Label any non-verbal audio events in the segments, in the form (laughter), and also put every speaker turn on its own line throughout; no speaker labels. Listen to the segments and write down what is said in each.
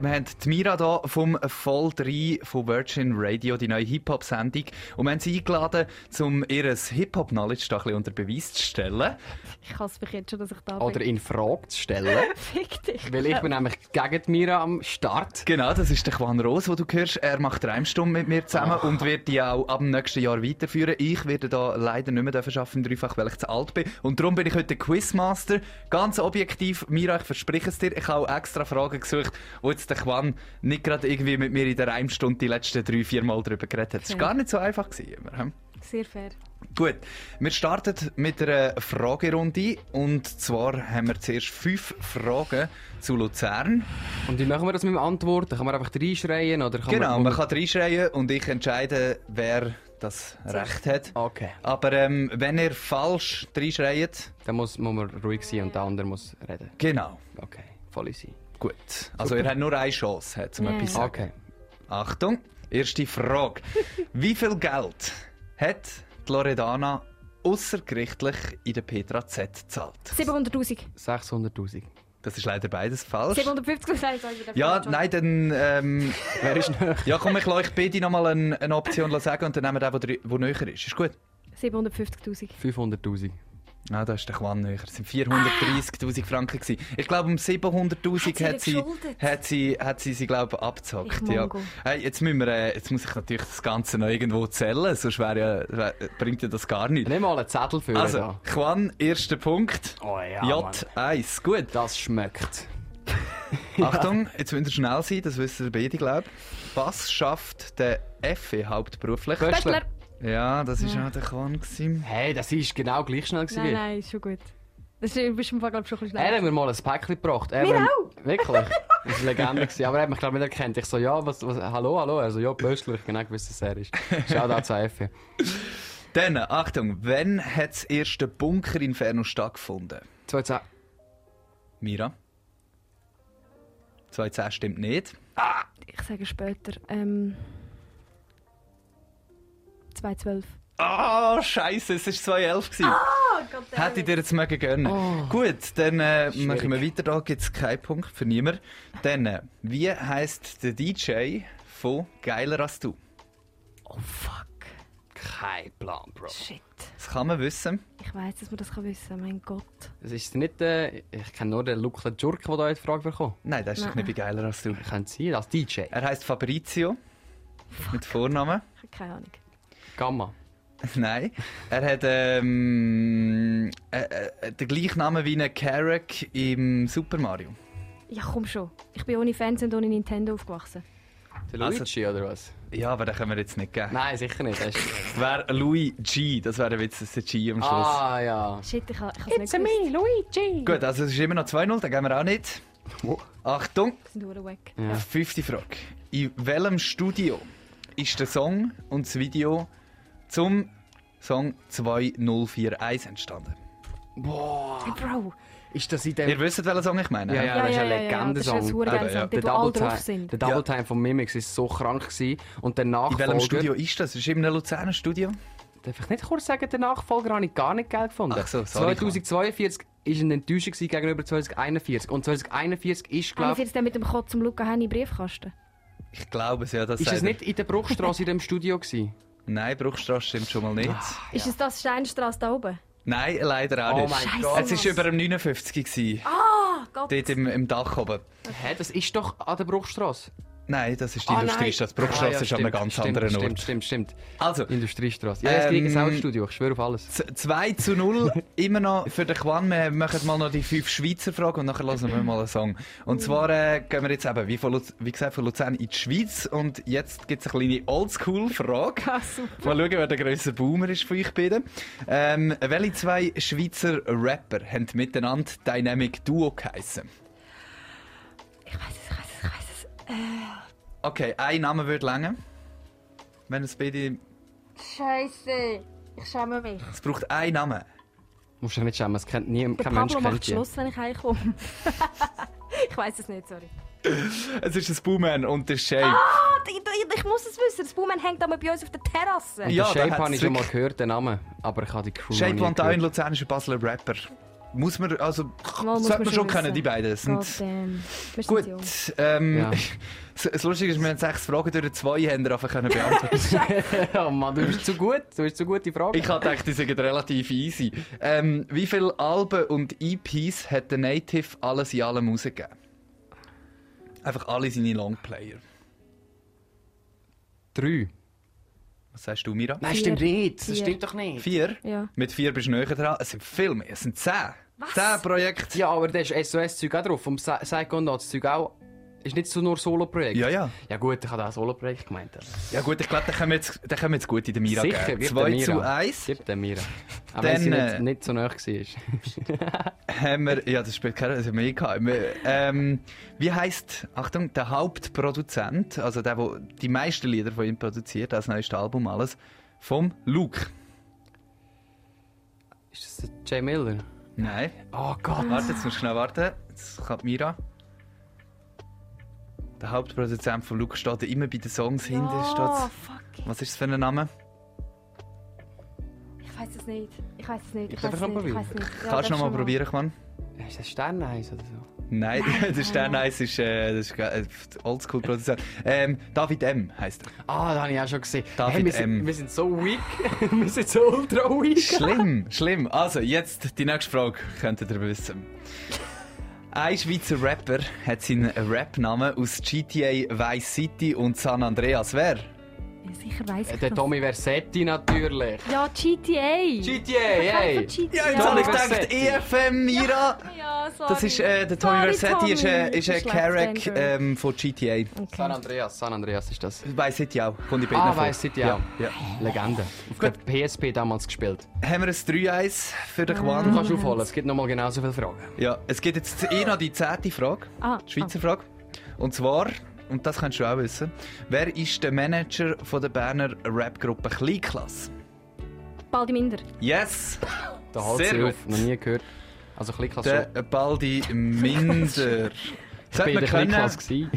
Wir haben die Mira hier vom Voll 3 von Virgin Radio, die neue Hip-Hop-Sendung. Und wir haben sie eingeladen, um ihr Hip-Hop-Knowledge da ein bisschen unter Beweis zu stellen.
Ich hasse mich jetzt schon, dass ich da
Oder
bin.
in Frage zu (laughs) stellen.
Fick dich. (laughs)
weil ich bin nämlich gegen die Mira am Start.
Genau, das ist der Juan Ros, den du hörst. Er macht Reimstumm mit mir zusammen und wird die auch ab dem nächsten Jahr weiterführen. Ich werde da leider nicht mehr dürfen schaffen, dreifach, weil ich zu alt bin. Und darum bin ich heute der Quizmaster. Ganz objektiv, Mira, ich verspreche es dir, ich habe auch extra Fragen gesucht, wo jetzt der Juan nicht gerade irgendwie mit mir in der Reimstunde die letzten drei, vier Mal drüber geredet hat. Es war
Okay.
gar nicht so einfach. Gewesen, immer, hm?
Sehr fair.
Gut, wir starten mit einer Fragerunde. Und zwar haben wir zuerst fünf Fragen zu Luzern.
Und wie machen wir das mit dem Antworten? Kann man einfach reinschreien oder kann
Genau,
man...
man kann reinschreien und ich entscheide, wer das Recht hat.
Okay,
Aber ähm, wenn ihr falsch reinschreit,
dann muss, muss man ruhig sein und der andere muss reden.
genau.
Okay, voll easy.
Gut. Also ihr habt nur eine Chance, hat, um
Ja,
etwas zu
ja.
sagen.
Okay.
Achtung, erste Frage. Wie viel Geld hat die Loredana außergerichtlich in der Petra Z gezahlt?
700'000.
600'000.
Das ist leider beides falsch.
750 Nein, sorry, ich darf
Ja,
nicht schon.
nein, dann... Ähm,
(laughs) Wer ist noch?
ja, komm, ich lasse euch beide nochmal eine, eine Option sagen und dann nehmen wir den, der näher ist. Ist gut?
750'000.
500'000.
Ah, da ist der Quan näher. Es waren 430'000 Franken. Gewesen. Ich glaube, um 700'000
Hat
hat
sie
sie,
ihr geschuldet?
hat sie, hat sie, sie glaube abgezockt.
Ich
ja.
Mongo.
hey, jetzt, müssen wir, äh, jetzt muss ich natürlich das Ganze noch irgendwo zählen, sonst wäre ja, wär, bringt ja das gar nichts.
Nimm mal einen Zettel für
Also,
da.
Quan, erster Punkt.
Oh ja,
J1, gut.
Das schmeckt.
Achtung, jetzt müsst ihr schnell sein, das wissen wir beide, glaube ich. Was schafft der FE hauptberuflich?
Gut.
Böttler.
Ja, das war auch der Quan. gewesen.
Hey, das ist genau gleich schnell gewesen.
Nein, nein, ist schon gut. Das ist, du bist im Fall, glaube ich, schon ein bisschen
Er hat
schneller.
mir mal ein Päckchen gebracht. Er
Mir
war-
auch.
Wirklich?
(laughs)
Das war eine Legende. gewesen. Aber er hat mich glaube ich nicht erkannt. Ich so, ja, was, was, hallo, hallo. Also ja, plötzlich. Genau gewusst, dass
(laughs)
er ist. Schau da zu Effi.
Dann, Achtung, wann hat das erste Bunkerinferno stattgefunden?
2010.
Mira? 210 stimmt nicht.
Ich sage später. Ähm, 212.
Ah, scheiße, es war 211 gewesen.
Oh Gott,
Hätte ich dir jetzt mögen gönnen. Gut, dann äh, machen wir weiter. Da gibt es keinen Punkt für niemanden. Dann, äh, wie heisst der DJ von Geiler als du?
Oh fuck.
Kein Plan, Bro.
Shit.
Das kann man wissen.
Ich weiss, dass man das kann wissen Mein Gott.
Das ist nicht äh, Ich kenne nur den Luke Jurk, der da jetzt die Frage bekommen
Nein, das ist doch
Nein.
nicht bei Geiler als du.
Könnte sein, als DJ.
Er heißt Fabrizio. Mit Vornamen. (laughs)
Ich habe keine Ahnung.
Gamma.
Nein. Er hat ähm, äh, äh, den gleichen Namen wie ein Carrack im Super Mario.
Ja, komm schon. Ich bin ohne Fans und ohne Nintendo aufgewachsen.
Der
Also-
Luigi oder was?
Ja, aber den können wir jetzt nicht geben.
Nein, sicher nicht. Das ist...
wäre Louis G. Das wäre ein Witz, dass der G am Schluss.
ah, ja.
Shit, ich habe es nicht gewusst.
Gut, also es ist immer noch 2-0, da gehen wir auch nicht.
Oh.
Achtung,
Das sind Uhren weg.
Ja.
fünfte Frage. In welchem Studio ist der Song und das Video zum Song 2041 entstanden?
Boah.
Hey, Bro.
Ist das in
Ihr
dem...
wisst, welchen Song ich meine.
Ähm.
hä?
Ja, ja. das ist ein Legenden-Song.
Das ist ein
Eben,
Hurengeiler
ja.
Song,
Der
dort, wo alle
Double,
drauf
Time,
sind.
der Double
Ja.
Time von Mimix war so krank. Gewesen. Und der
In
Nachfolger...
welchem Studio ist das? Ist in einem Luzerner Studio?
Darf ich nicht kurz sagen, den Nachfolger habe ich gar nicht geil gefunden.
Ach so, sorry,
2042 war eine Enttäuschung gewesen gegenüber 2041. Und 2041 ist,
Haben
glaube
Sie
ich...
jetzt den mit dem Kotz zum Luca Henny Briefkasten?
Ich glaube es, ja. Das
Ist
sagt
es
er.
nicht in der Bruchstrasse in dem Studio gewesen?
Nein, Bruchstrasse stimmt schon mal nicht.
Ist es das Steinstrasse da oben?
Nein, leider auch
Oh
Ah, nicht.
mein
Gott.
Es war über dem 59 gewesen,
Ah, Gott.
dort im, im Dach oben.
Hä, das ist doch an der Bruchstrasse.
Nein, das ist die
Ah,
Industriestrasse.
nein.
Bruchstrasse
Ah, ja,
ist an einem
stimmt,
ganz
stimmt,
anderen Ort.
Stimmt, stimmt, stimmt.
Also,
Industriestrasse. Ja, jetzt
Ähm,
kriege ich auch ins Studio, ich schwöre auf alles.
2 zu
(laughs)
0 immer noch für den Quan. Wir machen mal noch die fünf Schweizer Fragen und nachher hören wir mal einen Song.
Mm.
Und zwar äh, gehen wir jetzt eben, wie, von Luz wie gesagt, von Luzern in die Schweiz. Und jetzt gibt es eine kleine Oldschool-Frage.
Ah, super.
Mal schauen, wer der grösste Boomer ist von euch beiden. Ähm, welche zwei Schweizer Rapper haben miteinander Dynamic Duo geheissen?
Ich weiß es, ich weiß es, ich weiß es.
Okay, ein Name würde länger. Wenn es beide...
Scheiße. Ich schäme mich.
Es braucht einen Namen.
Musst du dich nicht schämen, es kennt nie,
Der
kein Mensch
Pablo
kennt
macht
dich.
Schluss, wenn ich heimkomme. (laughs) ich weiß es nicht, sorry.
Es ist ein Boomer und der Shape.
Ah, ich, ich, ich muss es wissen. Das Baumann hängt einmal bei uns auf der Terrasse.
Und
Ja,
den
da
Shape
hat's
habe ich schon mal
wirklich-
gehört, den Namen. Aber ich habe die Crew noch
Shape
nie
One
gehört.
Down, luzernischer Basler Rapper. Muss man, also,
muss
sollte
man
man
schon
schon kennen,
wissen.
die beiden. Das
Gott,
Sind,
ähm, wir sind
gut,
jung.
ähm, (laughs)
Ja.
das- das Lustige ist, wir haben sechs Fragen durch zwei Hände einfach können beantworten.
(laughs) oh Mann, du bist zu gut. Du bist zu gute Frage.
ich hatte gedacht, die sind relativ easy. Ähm, wie viele Alben und EPs hat der Native alles in allem rausgegeben? Einfach alle seine Longplayer.
Drei.
Was sagst du, Mira?
Nein,
Vier.
stimmt nicht.
Vier.
Das stimmt doch nicht.
Vier?
Ja.
Mit vier bist du näher dran. Es sind viel mehr, es sind zehn.
Was?
Zehn Projekte.
Ja, aber da ist SOS-Zeug auch drauf. Und Psy- Psychonauts-Zeug auch. Ist nicht so nur Solo-Projekt.
Ja, ja.
Ja gut, ich habe auch Solo-Projekt gemeint. Also.
Ja gut, ich glaube, da können wir jetzt, da können wir jetzt gut in den Mira
Sicher,
geben.
gib
2
den
zu
Mira.
1
Gib den Mira. Auch
Dann,
wenn sie
äh,
nicht, nicht so nah war.
haben wir... Ja, das spielt keine Rolle, das haben wir eh gehabt. Wir, ähm, Wie heisst, Achtung, der Hauptproduzent, also der, der die meisten Lieder von ihm produziert, das neueste Album, alles, vom Luke.
Ist das der Jay Miller?
Nein.
Oh Gott.
Warte, jetzt musst du schnell warten. Jetzt kommt Mira. Der Hauptproduzent von Luke steht immer bei den Songs hinten.
Oh,
Steht's.
fuck.
Was ist das für ein Name?
Ich weiß es nicht. Ich weiß es nicht. Ich
Darf
weiß
ich
es
noch
nicht. Ich
probieren?
weiß es nicht. Ja,
Kannst du
darfst
nochmal probieren, Mann?
Ist das Sterneis oder so?
Nein, (laughs) der Sterneis ist, äh, das ist ge- äh, Oldschool-Produzent. Ähm, David M. heisst er.
Ah, das habe ich auch schon gesehen.
David
wir, sind,
M.
wir sind so weak. (laughs) wir sind so ultra weak.
Schlimm, schlimm. Also, jetzt die nächste Frage, könntet ihr wissen. Ein Schweizer Rapper hat seinen Rap-Namen aus GTA Vice City und San Andreas. Wer?
Ja, sicher
Äh,
weiß ich
Äh, Der
noch.
Tommy Versetti natürlich.
Ja, GTA.
GTA,
Ich
yay!
weiß von GTA.
Ja, jetzt
Tommy
habe ich gedacht,
Versetti.
EFM, Mira.
Ja, sorry.
Das ist, äh, der Tommy
Sorry,
Versetti ist, äh,
Tommy.
ist ein
Schlecht
Carrack
Denker.
ähm, von GTA.
San Andreas, San Andreas ist das.
Vice City auch, kommt in beiden
Ah,
vor.
Vice City auch.
Ja.
Legende. Auf der PSP damals gespielt.
ja. Haben wir ein 3-1 für den
Du
Quan?
kannst aufholen, es gibt nochmal genauso viele Fragen.
Ja, es gibt jetzt eh noch die zehnte Frage.
Ah,
Die Schweizer Frage. Und zwar, und das kannst du auch wissen, wer ist der Manager von der Berner Rapgruppe Kleinklasse?
ah, Baldi Minder.
Yes!
Da halt
Sehr
sie
gut.
auf, noch nie gehört. Also ein bisschen
Der
schon.
Baldi Minder.
(laughs) Ich
Sollte
bin
man
in der
können,
Kleinklasse gewesen.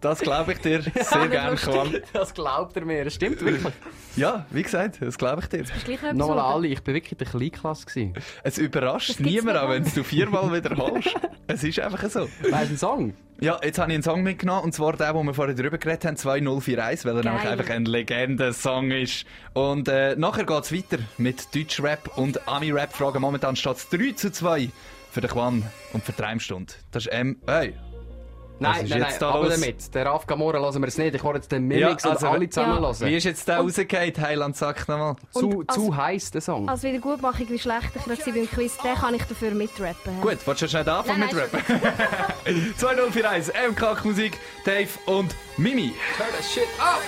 das glaube ich
(laughs)
dir sehr gerne, Quan.
Das glaubt er mir, das stimmt wirklich.
Ja, wie gesagt, das glaube ich dir.
Ist gleich noch
Nochmal
absurd.
alle, ich bin wirklich in der Kleinklasse gewesen.
Es überrascht
Das gibt's
niemand,
nicht
auch wenn
lange.
es du viermal wiederholst. es ist einfach so.
Weißt du einen Song?
Ja, jetzt habe ich einen Song mitgenommen, und zwar den, den wir vorher drüber geredet haben, 2041, weil er
Geil.
nämlich einfach ein Legenden-Song ist. Und äh, nachher geht's weiter mit Deutschrap und Ami-Rap-Fragen. Momentan steht es 3 zu 2 für den Quan und für die Reimstunde. Das ist M. Ey,
Nein,
ist
nein,
jetzt
nein,
da
aber
los?
damit. Der Raf Gamora lassen wir es nicht. Ich höre jetzt den Mimix
Ja, also-
und alle zusammen
Ja.
wie
hören.
ist jetzt der rausgefallen, Heiland, sag nochmal.
Zu,
Und also-
zu heiß, der Song.
Als Wiedergutmachung, wie schlecht ich war beim Quiz, den kann ich dafür mitrappen.
Gut, willst du schnell anfangen
Nein,
mit Rappen? (laughs) 2041, MK Musik, Dave und Mimi.
Hör das shit ab!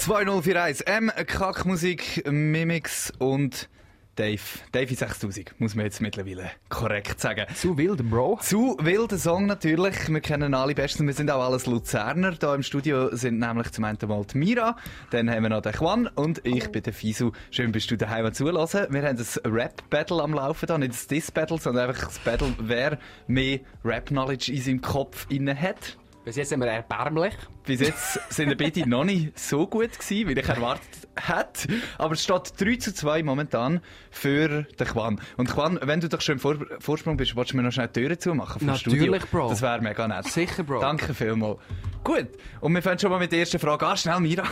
2041, M, Kackmusik, Mimix und Dave. Dave 6000, muss man jetzt mittlerweile korrekt sagen.
Zu wild, Bro.
Zu wilder Song natürlich, wir kennen alle bestens, wir sind auch alles Luzerner. Hier im Studio sind nämlich zum einen mal die Mira, dann haben wir noch den Juan und ich bin der Fisu. Schön bist du daheim zulassen. Wir haben ein Rap-Battle am Laufen da, nicht das Diss-Battle, sondern einfach das Battle, wer mehr Rap-Knowledge in seinem Kopf inne hat.
Bis jetzt sind wir erbärmlich.
Bis jetzt sind die beide noch nicht so gut gewesen, wie ich erwartet hätte. Aber es steht 3 zu 2 momentan für den Quan. Und Quan, wenn du doch schon im Vor Vorsprung bist, willst du mir noch schnell die Türen zumachen vom Studio?
Natürlich, Bro.
Das wäre mega nett.
Sicher, Bro.
Danke vielmals. Gut, und wir fangen schon mal mit der ersten Frage an. Schnell,
(laughs)
Mira.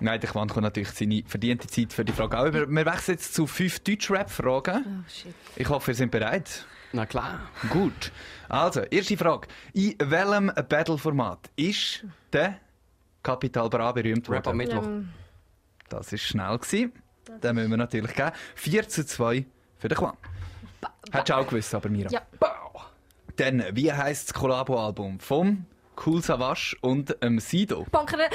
Nein, der Quan kommt natürlich seine verdiente Zeit für die Frage auch über. Wir wechseln jetzt zu fünf Deutschrap-Fragen.
Oh, shit.
Ich hoffe, ihr seid bereit.
Na klar.
Gut. Also, erste Frage. In welchem Battle-Format ist der Kapital Bra berühmt
Rap
worden?
am Mittwoch.
Ähm,
Das war schnell. Gewesen. Den müssen wir natürlich geben. 4 zu 2 für den Quan. Hättest du auch gewusst, aber Mira.
Ja.
Bow.
Dann, wie heisst das Kollabo-Album vom Cool Savage und ähm, Sido?
Bunker, äh,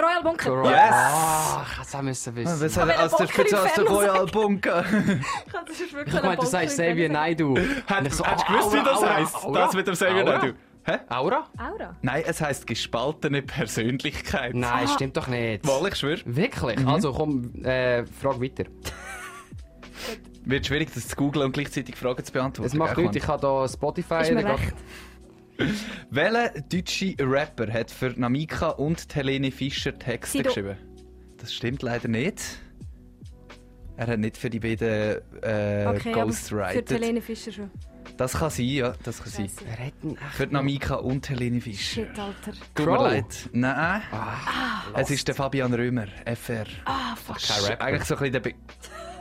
Royal Bunker.
Yes!
Yes!
Ah, ich hätte es auch müssen wissen.
Was hat
will
er aus der
Bunker
Spitze aus der
Inferno
Royal
(laughs)
Bunker?
(laughs) Das ist wirklich
Ich meinte, du sagst Xavier Naidu. Und ich so,
Hättest du
ah,
gewusst, wie
Aura,
das
Aura,
heisst?
Aura,
Das mit dem Xavier
Aura.
Naidoo. Hä?
Aura?
Aura.
Nein, es heisst gespaltene Persönlichkeit.
Ah.
Nein, stimmt doch nicht.
Wohl, ich schwöre.
Wirklich?
Mhm.
Also komm, äh, frag weiter.
Wird schwierig, das zu googeln und gleichzeitig Fragen zu beantworten.
Es macht
gell,
nichts,
Quan?
ich habe hier
Ah,
Spotify.
Ist mir
da-
recht.
Welcher deutsche Rapper hat für Namika und die Helene Fischer Texte
Sido.
geschrieben? Das stimmt leider nicht. Er hat nicht für die beiden äh,
Okay, aber
Ghost
für die
Rider.
Helene Fischer schon.
Das kann sein, ja. Das kann sein.
Scheisse.
Wer hat denn echt?
Für die Namika und Helene Fischer.
Shit, Ah. Alter.
Tut mir
Crow.
leid. Nein. es ist der Fabian Römer, FR.
Ah, fuck.
Kein Rapper.
Eigentlich so ein bisschen der Be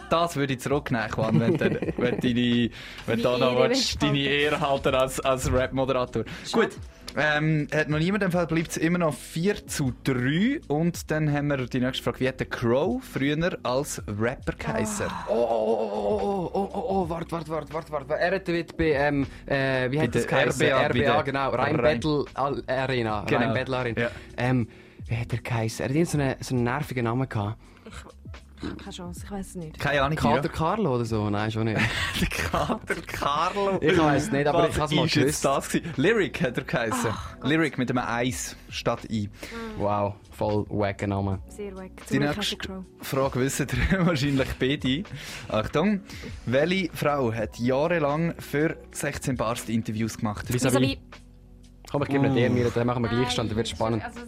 das würde ich zurücknehmen, Juan, wenn, dann, wenn, deine, wenn
Meine
du noch
Ehre
willst,
willst
deine
behalten.
Ehre halten als, als Rap-Moderator.
Schade.
Gut, ähm, hat noch niemand, in dem Fall bleibt es immer noch 4 zu 3. Und dann haben wir die nächste Frage. Wie hat der Crow früher als Rapper geheissen?
Oh, oh, oh, oh, oh, oh, oh, warte, warte, warte, warte, warte. Er hat dort bei, ähm, äh, wie
Bei
hat das
der
geheißen?
RBA,
RBA,
bei der-
genau.
Rhein-
Rhein Battle Al- Arena.
Genau.
Rhein Battle Arena.
Ja.
Ähm, wie hat er geheißen? Er hat irgend so einen, so einen nervigen Namen gehabt.
Keine Chance, ich weiß es nicht.
Keine Ahnung.
Kater (laughs)
ja.
Carlo oder so? Nein, schon nicht.
(laughs) Der Kater Carlo.
Ich weiss nicht, aber
Was
ich hab's mal
ist jetzt
gewusst.
das gewesen? Lyric hat er geheissen. Lyric mit einem Eis statt I.
wow, voll wacker Name.
Sehr weg.
Die
Zum Glück hast du
nächste
Crow.
Frage wissen (laughs) ihr wahrscheinlich beide. Achtung. Welche Frau hat jahrelang für 16 Barst Interviews gemacht?
Vis-à-vis.
Komm, ich gebe
Mm.
dir mir, dann machen wir Gleichstand,
Nein,
dann wird spannend.
Also,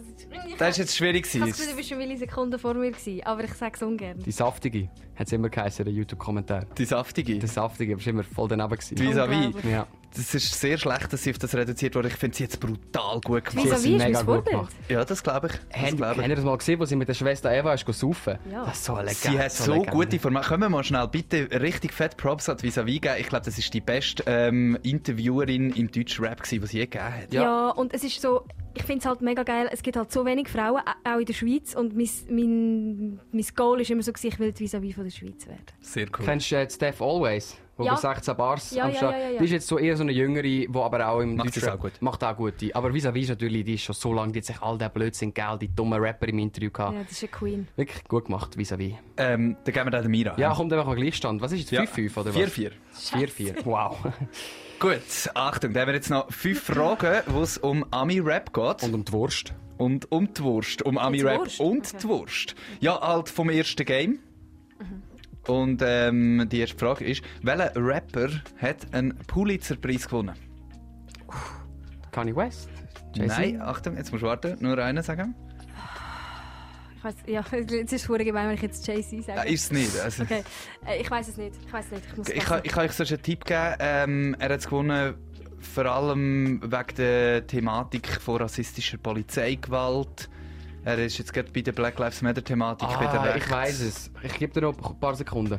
ich
Das war jetzt schwierig.
ich habe das Gefühl, du
gewesen.
bist eine Millisekunden vor mir gewesen, aber ich sage es ungern.
Die saftige hat es immer geheißen in den YouTube-Kommentar.
Die saftige.
Die saftige, aber ist immer voll daneben
Die
gewesen.
Vis-à-vis.
Unglaublich.
Ja.
Das ist sehr schlecht, dass sie auf das reduziert wurde. Ich finde sie jetzt brutal gut
Wieso,
gemacht.
Vis-à-vis.
wie ist
mega
mein
gut
Vorbild?
gemacht.
Ja, das glaube ich. Das
Habt
glaube
habt
ich.
ihr das mal gesehen, wo sie mit der Schwester Eva ist saufen?
Ja.
Das ist so legal.
Sie hat so gute Formate. Können wir mal schnell bitte richtig fett Props an die Vis-à-vis geben? Ich glaube, das ist die beste ähm, Interviewerin im deutschen Rap, gewesen, die es je gegeben hat.
Ja.
Ja.
und es ist so, ich finde es halt mega geil, es gibt halt so wenig Frauen, ä- auch in der Schweiz, und mein, mein, mein Goal ist immer so, gewesen, ich will die vis-à-vis von der Schweiz werden.
Sehr cool.
Kennst du äh, die Steph Always? Wo
Ja.
bei 16 Bars
Ja,
am
ja,
Start.
ja, ja, ja.
Die ist jetzt so eher so eine Jüngere, die aber auch im
Macht
Deutschen
das auch gut.
Macht auch gut. die. Aber vis-à-vis ist natürlich, die ist schon so lange, die hat sich all der Blödsinn, gell, die dummen Rapper im Interview gehabt.
Ja, das ist eine Queen.
Wirklich gut gemacht, vis-à-vis.
Ähm, dann geben wir dann der Mira.
Ja, komm, dann machen wir Gleichstand. Was ist jetzt? 5-5 oder was?
4-4.
4-4. Wow.
Gut, Achtung, da haben wir jetzt noch fünf Fragen, wo es um Ami-Rap geht.
(laughs) Und um die Wurst.
Und um die Wurst. Um
die
Ami-Rap
Wurst?
und
Okay. Mhm.
die Wurst. Ja, halt vom ersten Game. Und ähm, die erste Frage ist, welcher Rapper hat einen Pulitzer-Preis gewonnen?
Kanye West? Jay-Z?
Nein, Achtung, jetzt musst du warten, nur einen sagen.
Ich weiss, ja, (laughs) jetzt ist es verdammt gemein, wenn ich jetzt Jay-Z sage.
Nein, ist es nicht. Also,
Okay, äh, ich weiß es nicht, ich weiß nicht, ich muss
Ich, kann-
passen.
ich kann euch sonst einen Tipp geben. Ähm, er hat es gewonnen, vor allem wegen der Thematik von rassistischer Polizeigewalt. Er ist jetzt gerade bei der Black Lives Matter-Thematik bei der
Ah, ich
Rechts-
weiß es. Ich gebe dir noch ein paar Sekunden.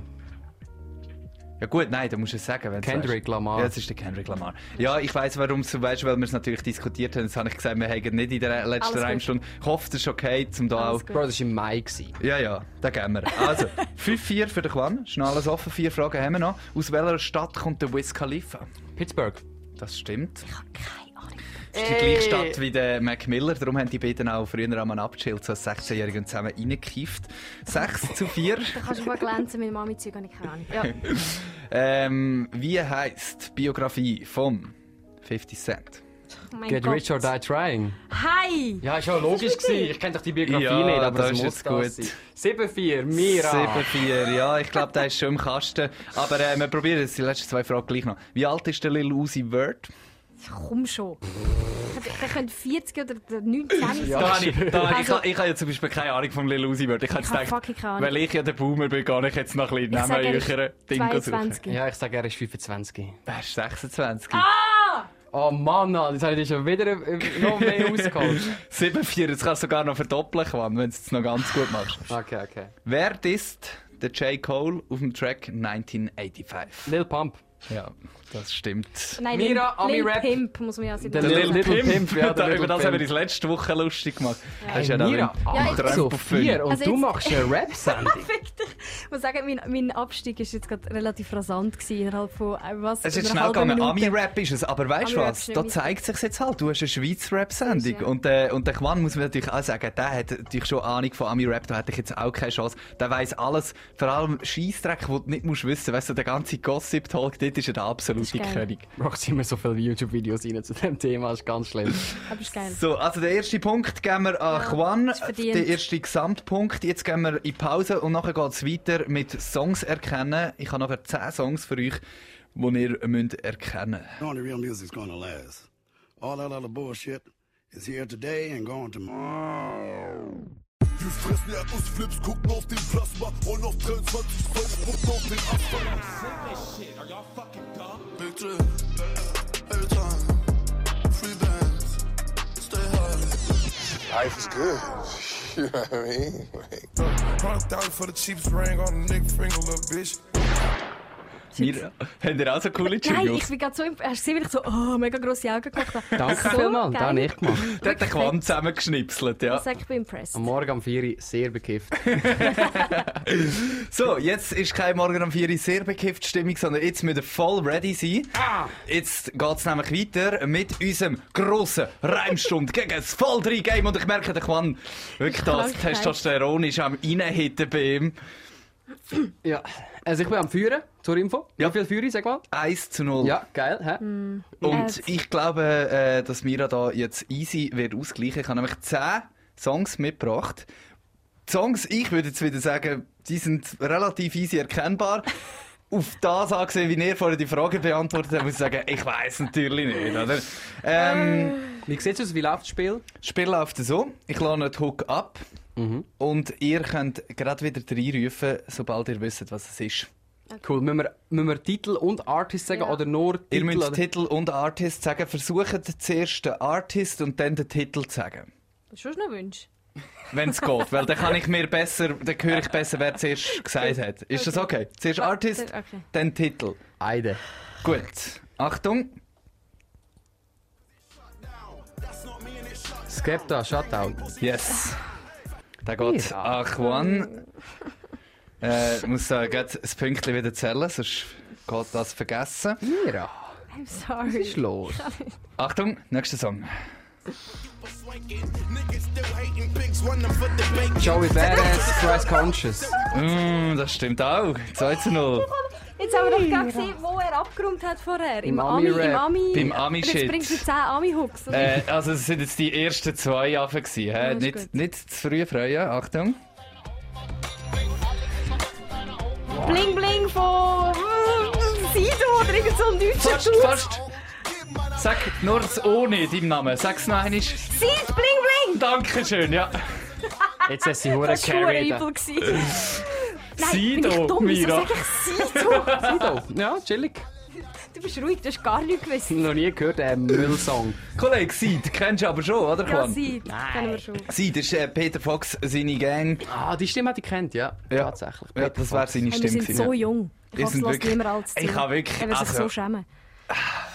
Ja gut, nein, dann musst du es sagen. Wenn du es
Kendrick
weißt.
Lamar.
Ja, das ist der Kendrick Lamar. Ja, ich weiss, warum es so weißt, weil wir es natürlich diskutiert haben. Das habe ich gesagt, wir haben nicht in der
Alles
letzten
gut.
Reimstunde. Ich hoffe, das ist okay, um da auch...
Alles gut.
Bro, das war im Mai. gewesen.
Ja, ja, da gehen wir.
(laughs)
Also, 5-4 für den Quan. Schnell alles offen, vier Fragen haben wir noch. Aus welcher Stadt kommt der Wiz Khalifa?
Pittsburgh.
Das stimmt.
Ich habe keine Ahnung.
Das ist die gleiche Stadt wie der Mac Miller, darum haben die beiden auch früher einmal abgechillt, so als 16-Jährigen zusammen reingekifft.
(laughs)
6 zu 4.
Da kannst du mal glänzen, meine Mami Zeug habe ich keine Ahnung.
(laughs)
Ja, oh
ähm, wie heisst die Biografie vom 50 Cent?
mein
Get
Gott.
rich or die trying.
Hi!
Ja, ist ja logisch gewesen. Ich kenne doch die Biografie
Ja,
nicht, aber
das
es
ist
muss
jetzt
das
gut.
sein. 7-4, Mira.
7-4, ja, ich glaube, der ist schon im Kasten. Aber äh, wir probieren jetzt die letzten zwei Fragen gleich noch. Wie alt ist der Lil Uzi Word?
Komm schon. Der könnte 40 oder 19 sein.
Ja.
Da, ich, da, ich,
Also-
ha- ich habe ja zum Beispiel keine Ahnung vom Lil Uzi Word. Ich habe jetzt
Ich hab
gedacht,
fucking keine Ahnung.
weil ich ja der Boomer bin, gehe ich jetzt noch ein
Ich
bisschen
sage, er ist
näher Dingo suchen.
22.
Ja, ich sage, er ist 25.
Er ist 26.
Oh Mann, Alter, jetzt habe ich dich schon wieder äh, noch mehr ausgeholt. (laughs)
7-4, jetzt kannst du sogar noch verdoppeln, Juan, wenn du es noch ganz gut machst.
Okay, okay.
Wer disst der J. Cole auf dem Track 1985?
Lil Pump.
Ja, das stimmt.
Nein,
Mira,
Lil, Lil
Ami-Rap.
Pimp muss man ja sagen.
Der
Der Lil,
Lil
Pimp,
Pimp, ja, der
(laughs)
da,
Lil
über das
Pimp.
haben wir uns letzte Woche lustig gemacht. Hast
Hey,
da
Mira,
einen
Ja, ich-
Trump
so
auf fünf.
4 und
Also
du
jetzt-
machst (laughs) eine Rap-Sendung.
Ich muss sagen, mein, mein Abstieg war jetzt gerade relativ rasant gewesen, innerhalb von äh, was?
Es ist
einer
schnell
halben
gegangen,
Minute.
Ami-Rap ist es, aber weißt du
Ami-Rap
was,
ist nicht
da
mein
zeigt sich jetzt halt, du hast eine Schweizer Rap-Sendung
Das, ja.
und, äh, und der Juan muss man natürlich auch sagen, der hat natürlich schon Ahnung von Ami-Rap, da hätte ich jetzt auch keine Chance, der weiss alles, vor allem Scheissdreck, den du nicht musst wissen, weißt du, der ganze Gossip-Talk, dort ist er der absolute
Das ist geil.
König.
Brauchst immer so viele YouTube-Videos rein zu dem Thema, ist ganz schlimm.
Aber ist geil.
So, also den ersten Punkt geben wir an Juan,
ist verdient.
den ersten Gesamtpunkt. Jetzt gehen wir in die Pause und nachher geht es weiter mit Songs erkennen. Ich habe nachher 10 Songs für euch, die ihr müsst erkennen müsst.
Only real music's gonna last. All that other bullshit is here today and gone tomorrow. Wir fressen Erdnussflips, gucken auf den Plasma und auf 23 Zoll spucken auf den Asphalt. Big Drip, every time, free bands, stay high.
Life is good. You know what I mean? Like,
Hundred thousand for the cheapest ring on a nigga finger, little bitch.
Wir, (laughs) habt ihr auch so coole
Nein,
Cheerios?
ich bin gerade so... im- Hast du gesehen, wie ich so oh, mega grosse Augen gemacht habe?
Danke
so
vielmals, das
geil.
habe ich gemacht.
Der hat den Quant zusammengeschnipselt, ja.
Ich sage, ich bin impressed.
Am Morgen um 4 Uhr sehr bekifft.
So, jetzt ist kein Morgen um 4 Uhr sehr bekifft Stimmung, sondern jetzt müssen wir voll ready sein. Jetzt geht's nämlich weiter mit unserem grossen Reimstund (laughs) gegen das voll 3 game und ich merke, der Quan, wirklich das
Krankheit.
Testosteron ist am reinhitten bei ihm.
ja. Also ich bin am Führen, zur Info. Ja. Oh. Wie viel Führer, sag mal?
1 zu 0.
Ja, geil, hä?
Mm.
Und
Yes.
ich glaube, äh, dass Mira da jetzt easy wird ausgleichen. Ich habe nämlich 10 Songs mitgebracht. Die Songs, ich würde jetzt wieder sagen, die sind relativ easy erkennbar. Auf das angesehen, wie ihr vorher die Frage beantwortet habt, muss ich sagen, ich weiß natürlich nicht. Oder? Ähm,
Wie sieht es aus, wie läuft das Spiel?
Spiel läuft so, ich lade den Hook ab und ihr könnt gerade wieder reinrufen, sobald ihr wisst, was es ist.
Cool. Müssen wir, müssen wir Titel und Artist sagen
Ja.
oder nur Titel?
Ihr müsst
oder?
Titel und Artist sagen. Versucht zuerst den Artist und dann den Titel zu sagen.
Hast du sonst noch Wünsche?
Wenn es geht, weil dann kann ich mir besser, dann höre ich besser, wer zuerst gesagt hat. Ist das okay? Zuerst Artist,
Okay.
dann Titel.
Eide.
Gut. Achtung.
Skepta, Shutdown.
Yes. Da geht
Ja.
Ach, Juan. Äh, ich muss äh, grad das Pünktchen wieder zählen, sonst geht das vergessen.
Mira,
I'm
was
sorry.
ist los?
Achtung, nächster Song.
Joey Badass, Christ Conscious.
Mm, das stimmt auch. 2 zu 0.
Jetzt haben wir doch gerade gesehen, wo er abgerundet hat vorher. Im,
Im
Ami, im
Ami-Rap.
Ami.
Beim Ami-Shit.
Und Jetzt bringst du 10 Ami-Hooks. oder?
Äh, also es sind jetzt die ersten zwei Affen gewesen. hä?
Ja, ist
nicht,
gut.
nicht zu früh freuen, Achtung.
Bling Bling von Sido oder irgend so ein deutscher
Fast,
Dude.
fast. Sag nur das ohne deinem Namen. Sag's noch einmal.
Sid, Bling Bling!
Dankeschön, ja.
Jetzt ist sie hure
Das war schon
carried.
evil. gewesen. Nein, bin ich
Sido,
dumm, wieso
Mira.
sag ich Sido?
Sido. Ja, chillig.
Du bist ruhig, du hast gar nichts gewusst.
Noch nie gehört, den Müllsong.
Kollege Seid, kennst du aber schon, oder?
Ja,
Juan?
Sid, kennen wir schon.
Seid ist äh, Peter Fox, seine Gang.
Ah, die Stimme hat ich kennt, ja.
Ja.
Tatsächlich.
Ja,
Peter
das wäre
Fox.
seine
Hey, wir
Stimme.
sind
gewesen,
so
ja.
jung. Ich
Wir
hoffe,
sind
es lässt
wirklich-
niemand alles zu.
Ich kann wirklich-
Er wird sich
also-
so schämen.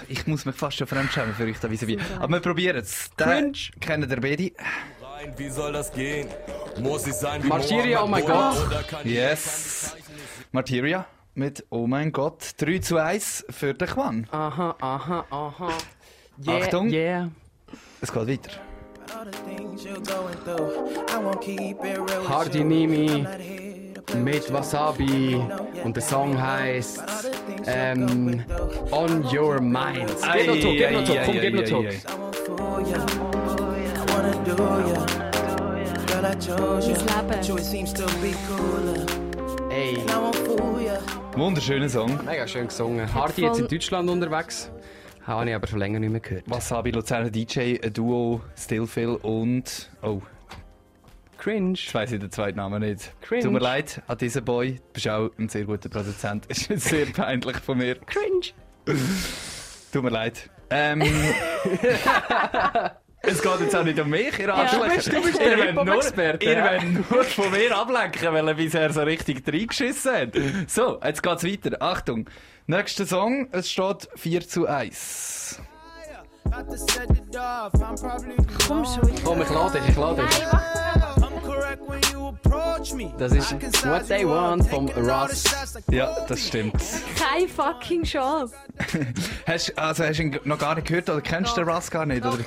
Ich muss mich fast schon fremdschämen für euch da wie. Aber wir probieren es. Den
Cringe.
kennen der Bedi.
Rein, wie soll das gehen? Muss ich sein wie
Marschiere, oh mein Gott.
Yes. Materia mit Oh mein Gott. 3 zu 1 für den Quan.
Aha, aha, aha. Yeah,
Achtung.
Yeah.
Es geht weiter.
All the things you're going through, I won't keep it real. with
Hardy
you.
Nimi
I'm not here to play with
Mit
you.
Wasabi. Und der Song heißt ähm, On Your Mind. Gib noch zu, gib noch zu, komm, gib noch zu.
I won't fool you. I wanna do you. Girl, I chose you.
Mein Leben.
But you, it seems to be cooler.
Ey,
I won't fool you.
Wunderschöner Song.
mega schön gesungen. Hardy
voll-
jetzt in Deutschland unterwegs. Habe ich aber schon länger nicht mehr gehört.
Wasabi Luzerner DJ, ein Duo, Stillfil und. Oh,
Cringe.
ich weiss ich den zweiten Namen nicht.
Cringe.
Tut mir leid an diesen Boy. Du bist auch ein sehr guter Produzent. (laughs) Ist jetzt sehr peinlich von mir.
Cringe.
Tut mir leid. Ähm.
(laughs)
Es geht jetzt auch nicht um mich, ihr Arschlöcher.
du bist
Ihr
der
wollt
Hip-Hop-Experte,
nur- Ihr
ja.
wollt nur von mir ablenken, weil er bisher so richtig reingeschissen hat. So, jetzt geht's weiter. Achtung. Nächster Song, es steht 4 zu 1.
About to set it off. I'm probably
Komm schon.
Komm, ich lade dich, ich lade dich.
I'm correct when you approach me.
Das ist
I can size
What They
you up,
Want vom
taking all the
Russ.
shots like
Ja, das stimmt.
Keine fucking Chance.
Hast, also hast du ihn noch gar nicht gehört oder kennst du den Russ gar nicht? Oder?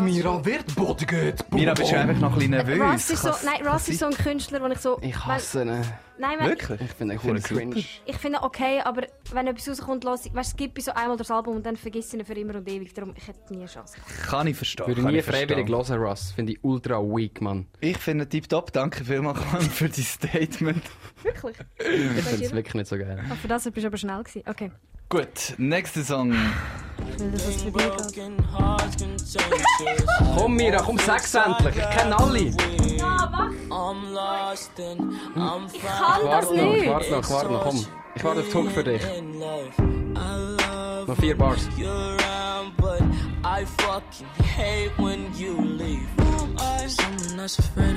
Mira
wird Boden geht.
Mira, bist du einfach noch ein bisschen nervös?
Ross ist so,
Kann's-
nein, Ross ist so ein Künstler, den ich so...
Ich hasse ihn.
Wenn, nein, wenn,
Wirklich?
Ich finde ihn
Finde
hure
ich super.
cringe.
Ich finde ihn okay, aber wenn etwas rauskommt, lass ich... Weißt, es gibt so einmal das Album und dann vergisst ich ihn für immer und ewig. Darum, ich hätte nie eine Chance.
Kann ich verstehen.
Würde ich
kann
nie
ich verstehen.
freiwillig hören, Russ. Finde ich ultra weak, Mann.
Ich finde tipptopp. Danke vielmals (laughs) Juan, für dein Statement.
Wirklich?
Ich finde es wirklich nicht so geil.
Für das bist du aber schnell gewesen. Okay.
Gut, nächster Song.
weil das was für dich geht.
Komm, Mira, komm, sechs endlich. Ich kenne alle.
Ich kann das
Warte noch,
nicht!
warte noch, warte noch, komm. Ich warte auf den Hook für dich. Noch vier Bars.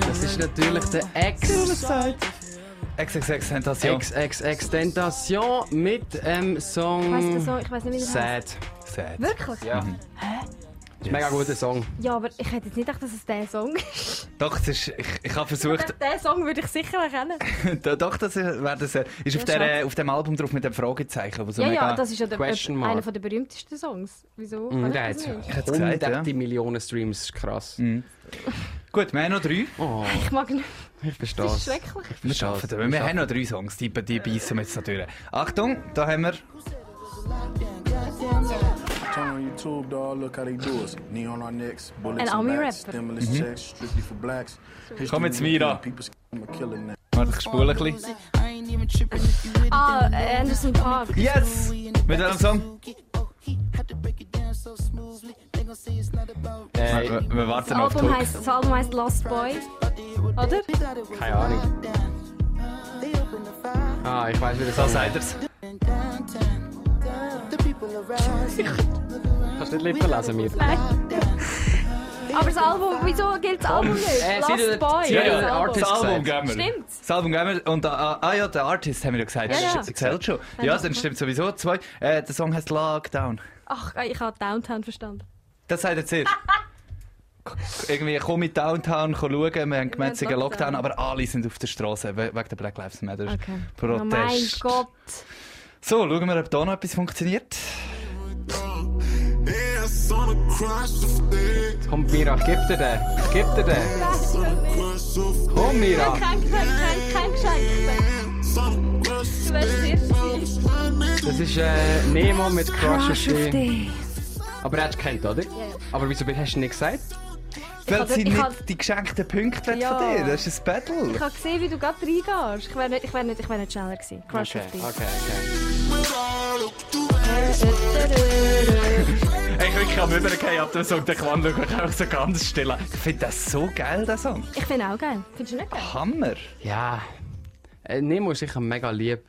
Das ist natürlich der Ex.
XXX Tentation.
Ex, Ex, Ex Tentation mit
Ich
dem
weiss den
Song
Song- Ich weiß nicht, wie das heißt.
Sad.
Sad.
Wirklich? Ja.
Ist ein mega guter Song.
aber ich hätte jetzt nicht gedacht, dass es der Song ist.
Doch, das ist, ich, ich habe versucht,
Den Song würde ich sicher erkennen.
da- doch, das wäre das, äh, ist auf,
Ja,
der, äh,
schade.
auf dem Album drauf mit dem Fragezeichen. wo so
ja,
mega-
ja, das ist ja der, äh,
Question
einer
mark.
der berühmtesten Songs. Wieso?
Mm,
kann ich
der
das nicht?
Ich
hat
hätte es gesagt, ja.
hunderte Millionen Streams. Das ist krass.
Gut, wir haben noch drei.
Oh,
Ich mag nicht.
ich verstehe
Das ist
es.
schrecklich.
Wir schaffen das. Wir haben noch drei Songs, die, die beißen wir jetzt natürlich. Achtung, da haben wir.
Turn on YouTube, dog. Look how they do us. Knee on our necks, bullets and
An army
backs,
rapper.
stimulus
Mhm.
checks, strictly for blacks.
Komm jetzt wieder.
People's a killer now.
Warte, ich spule ein bisschen.
Ah, äh, Anderson Park.
Yes! Mit welchem Song?
Äh,
Wir, wir warten
Das
noch auf den
Album,
Hook.
heisst, das Album heisst Lost Boy. Oder?
keine Ahnung. Ah, ich weiß, wie das
Da
heißt.
sagt er's.
Kannst du nicht Lippen lesen, mir?
Aber das Album, wieso gilt das Album nicht?
Äh, sie
Lost
tun-
Boy.
sie
das
tun den
Album.
Artist-
Das Album geben wir.
Stimmt.
Das Album geben wir. Und, äh, ah ja, der Artist haben wir ja gesagt.
Ja, ja.
Das zählt schon.
Ja,
Ja,
das
dann
ist
stimmt sowieso. Zwei. Äh, der Song heißt Lockdown.
Ach, ich habe Downtown verstanden.
Das sagt jetzt
(laughs)
ihr. K- Irgendwie komm in Downtown komm schauen, wir haben gemeinsamen Lockdown,
Lockdown.
aber alle sind auf der Straße we- wegen der Black Lives Matter
Okay. Oh mein
Protest.
Gott.
so, schauen wir, ob da noch etwas funktioniert.
Ass on a crush of dick.
Komm, Mira, gib dir den. Gib dir den.
Ass on a crush of
Komm, Mira.
Kein, kein, kein, kein Geschenk.
Ass on a crush
Du weißt es.
Das ist äh, Nemo mit Crush auf dich.
dich.
Aber er hat kennt, oder? Aber wieso hast du nicht gesagt?
Weil
hab-
sie
ich
nicht
hab-
die geschenkten Punkte will
Ja.
von dir. Das ist ein Battle.
Ich habe gesehen, wie du gerade reingehst. Ich wäre nicht, ich wär nicht, ich wär nicht schneller gewesen. Crush
Okay,
auf dich.
okay, okay.
Hey, ich wirklich am Übergehen ab dem Song, den Quan schaue ich auch so ganz still an. Ich finde das so geil, den Song.
Ich finde auch geil. Findest du nicht geil?
Hammer.
Ja. Äh, Nemo ist sicher mega lieb.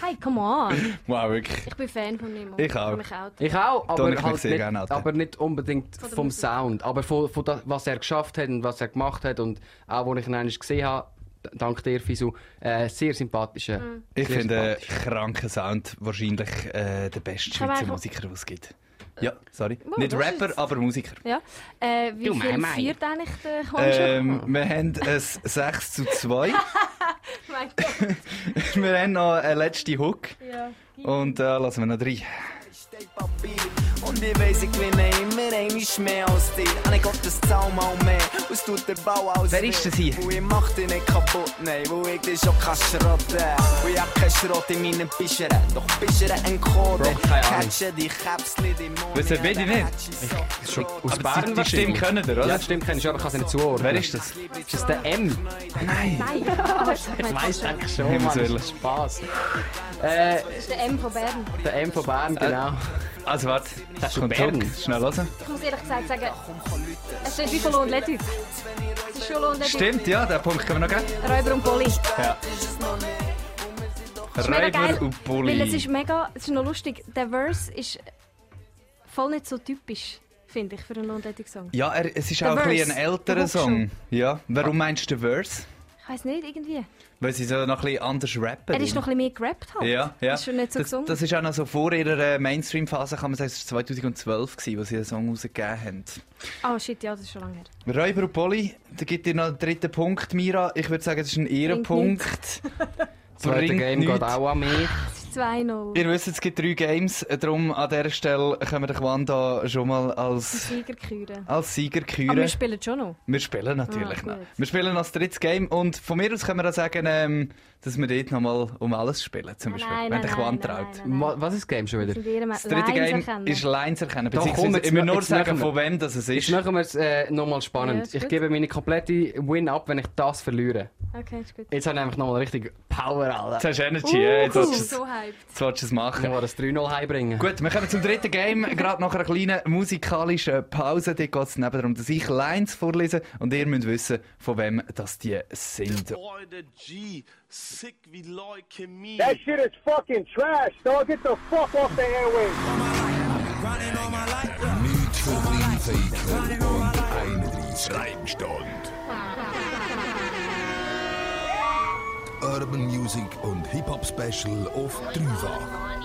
Hey, come on.
Wow, wirklich.
Ich bin Fan von Nemo.
Ich auch.
mich out.
Ich auch, aber,
Tony, ich mag
halt
sehr
nicht,
gerne, Alter.
aber nicht unbedingt vom Sound. Aber von, von da, was er geschafft hat und was er gemacht hat. Und auch, wo ich ihn einmal gesehen habe, d- dank dir, Fisu, äh, sehr sympathischer.
Mhm.
Ich
Sehr
finde
sympathisch.
kranken Sound wahrscheinlich äh, der beste
Kann man
Schweizer
einfach-
Musiker, den es gibt. Äh, Ja, sorry.
Wow,
nicht
das
Rapper,
ist-
aber Musiker.
Ja. Äh, wie
Du,
viel
mein, mein.
führt eigentlich der
Ähm,
Handschuh?
wir haben ein 6 zu
(laughs)
2.
Mein Gott.
wir haben noch einen letzten Hook.
Ja.
Und äh, lassen wir noch drei.
Und ich weiss, ich gewinne immer einmal mehr als dir. Und ich hoffe, das Zaum auch mehr. Und es tut der Bau aus.
Wer ist das hier?
Und ich mach dich nicht kaputt, nein. Wo ich dich schon kann schrotten. Und ich hab keinen Schrott in meinen Bischeren. Doch Bischeren encoden.
Bro, keine Ahnung.
Catchen die Käpsli, die Moni.
Wisst ihr, wen ich nicht?
Schon aus
Aber die-
Bern
die Stimme
wahrscheinlich.
können ihr, oder?
Ja, die Stimme kennst du, aber ich kann sie nicht zuordnen.
Wer ist das?
Ist das der M?
Nein.
(laughs)
Aber ich weiß
eigentlich schon,
Himmels
Mann, ist
Willen.
das Spaß. Äh,
Das ist der M von Bern.
der M von Bern,
Äh,
genau.
Also warte,
Das ist
kommt
Bern.
Hook. Schnell hören.
Ich muss ehrlich gesagt sagen, es steht wie von Lohn Lettitz. Es ist schon Lohn Lettitz.
Stimmt, ja, den Punkt können wir noch geben.
Räuber und Poli. Es ist mega geil,
Räuber und
weil es ist
Bulli.
mega, es ist noch lustig, der Verse ist voll nicht so typisch, finde ich, für einen Lohn Lettitz Song.
Ja, er, es ist
Der
auch ein, bisschen ein
Verse.
älterer
Der Hook
Song. Ja. Warum meinst du den Verse?
Ich weiß nicht, irgendwie.
Weil sie so noch ein bisschen anders rappen.
Er ist noch ein bisschen mehr gerappt halt.
ja, ja.
Ist schon nicht so
das,
gesungen.
das ist auch noch so vor ihrer äh, Mainstream-Phase, kann man sagen, es war 2012, gewesen, wo sie den Song rausgegeben haben.
Ah shit, ja, das ist schon lange her.
Räuber und Poli, da gibt dir noch einen dritten Punkt, Mira. Ich würde sagen, das ist ein (laughs) Ehrenpunkt.
Das zweite Game
nichts.
geht auch an mich.
Es ist 2-0.
Ihr wisst, es gibt drei Games, äh, darum an dieser Stelle können wir den Wanda schon mal als,
Siegerküre.
als Sieger
Aber wir
küren.
spielen schon noch.
Wir spielen natürlich
Ah,
noch.
gut.
Wir spielen noch das drittes Game und von mir aus können wir auch sagen, ähm, dass wir dort nochmal um alles spielen, zum Beispiel,
Ah, Nein,
wenn
nein,
der
nein,
Quan
nein,
traut.
nein, nein.
Ma- Was ist das Game schon wieder?
Das sind ihre
Das dritte
Lines
Game
erkennen.
ist Lines erkennen,
Doch, komm,
beziehungsweise
jetzt
ich muss
ma-
nur
jetzt machen
sagen,
wir-
von wem das es
Jetzt
ist.
machen wir es äh, nochmal
Ja,
spannend.
ist
ich
gut.
gebe meine komplette Win ab, wenn ich das verliere.
Okay, ist gut. Uh,
Jetzt habe ich einfach nochmal richtig Power, Alter.
Jetzt hast du Energy, ja, jetzt hast du
so gehypt.
Jetzt willst du es
Ich
machen.
muss das 3-0 heimbringen.
Gut, wir kommen zum dritten
(laughs)
Game. Gerade nach einer kleinen musikalischen Pause. Dort geht es neben darum, dass ich Lines vorlese und ihr müsst wissen, von wem das die sind.
Gebäude G, sick wie Leukämie.
That shit is fucking trash, dog. Get the fuck off the airwaves.
Niedrigkeiten und Einriss Reinstand. Urban Music und Hip-Hop Special auf Dreifach.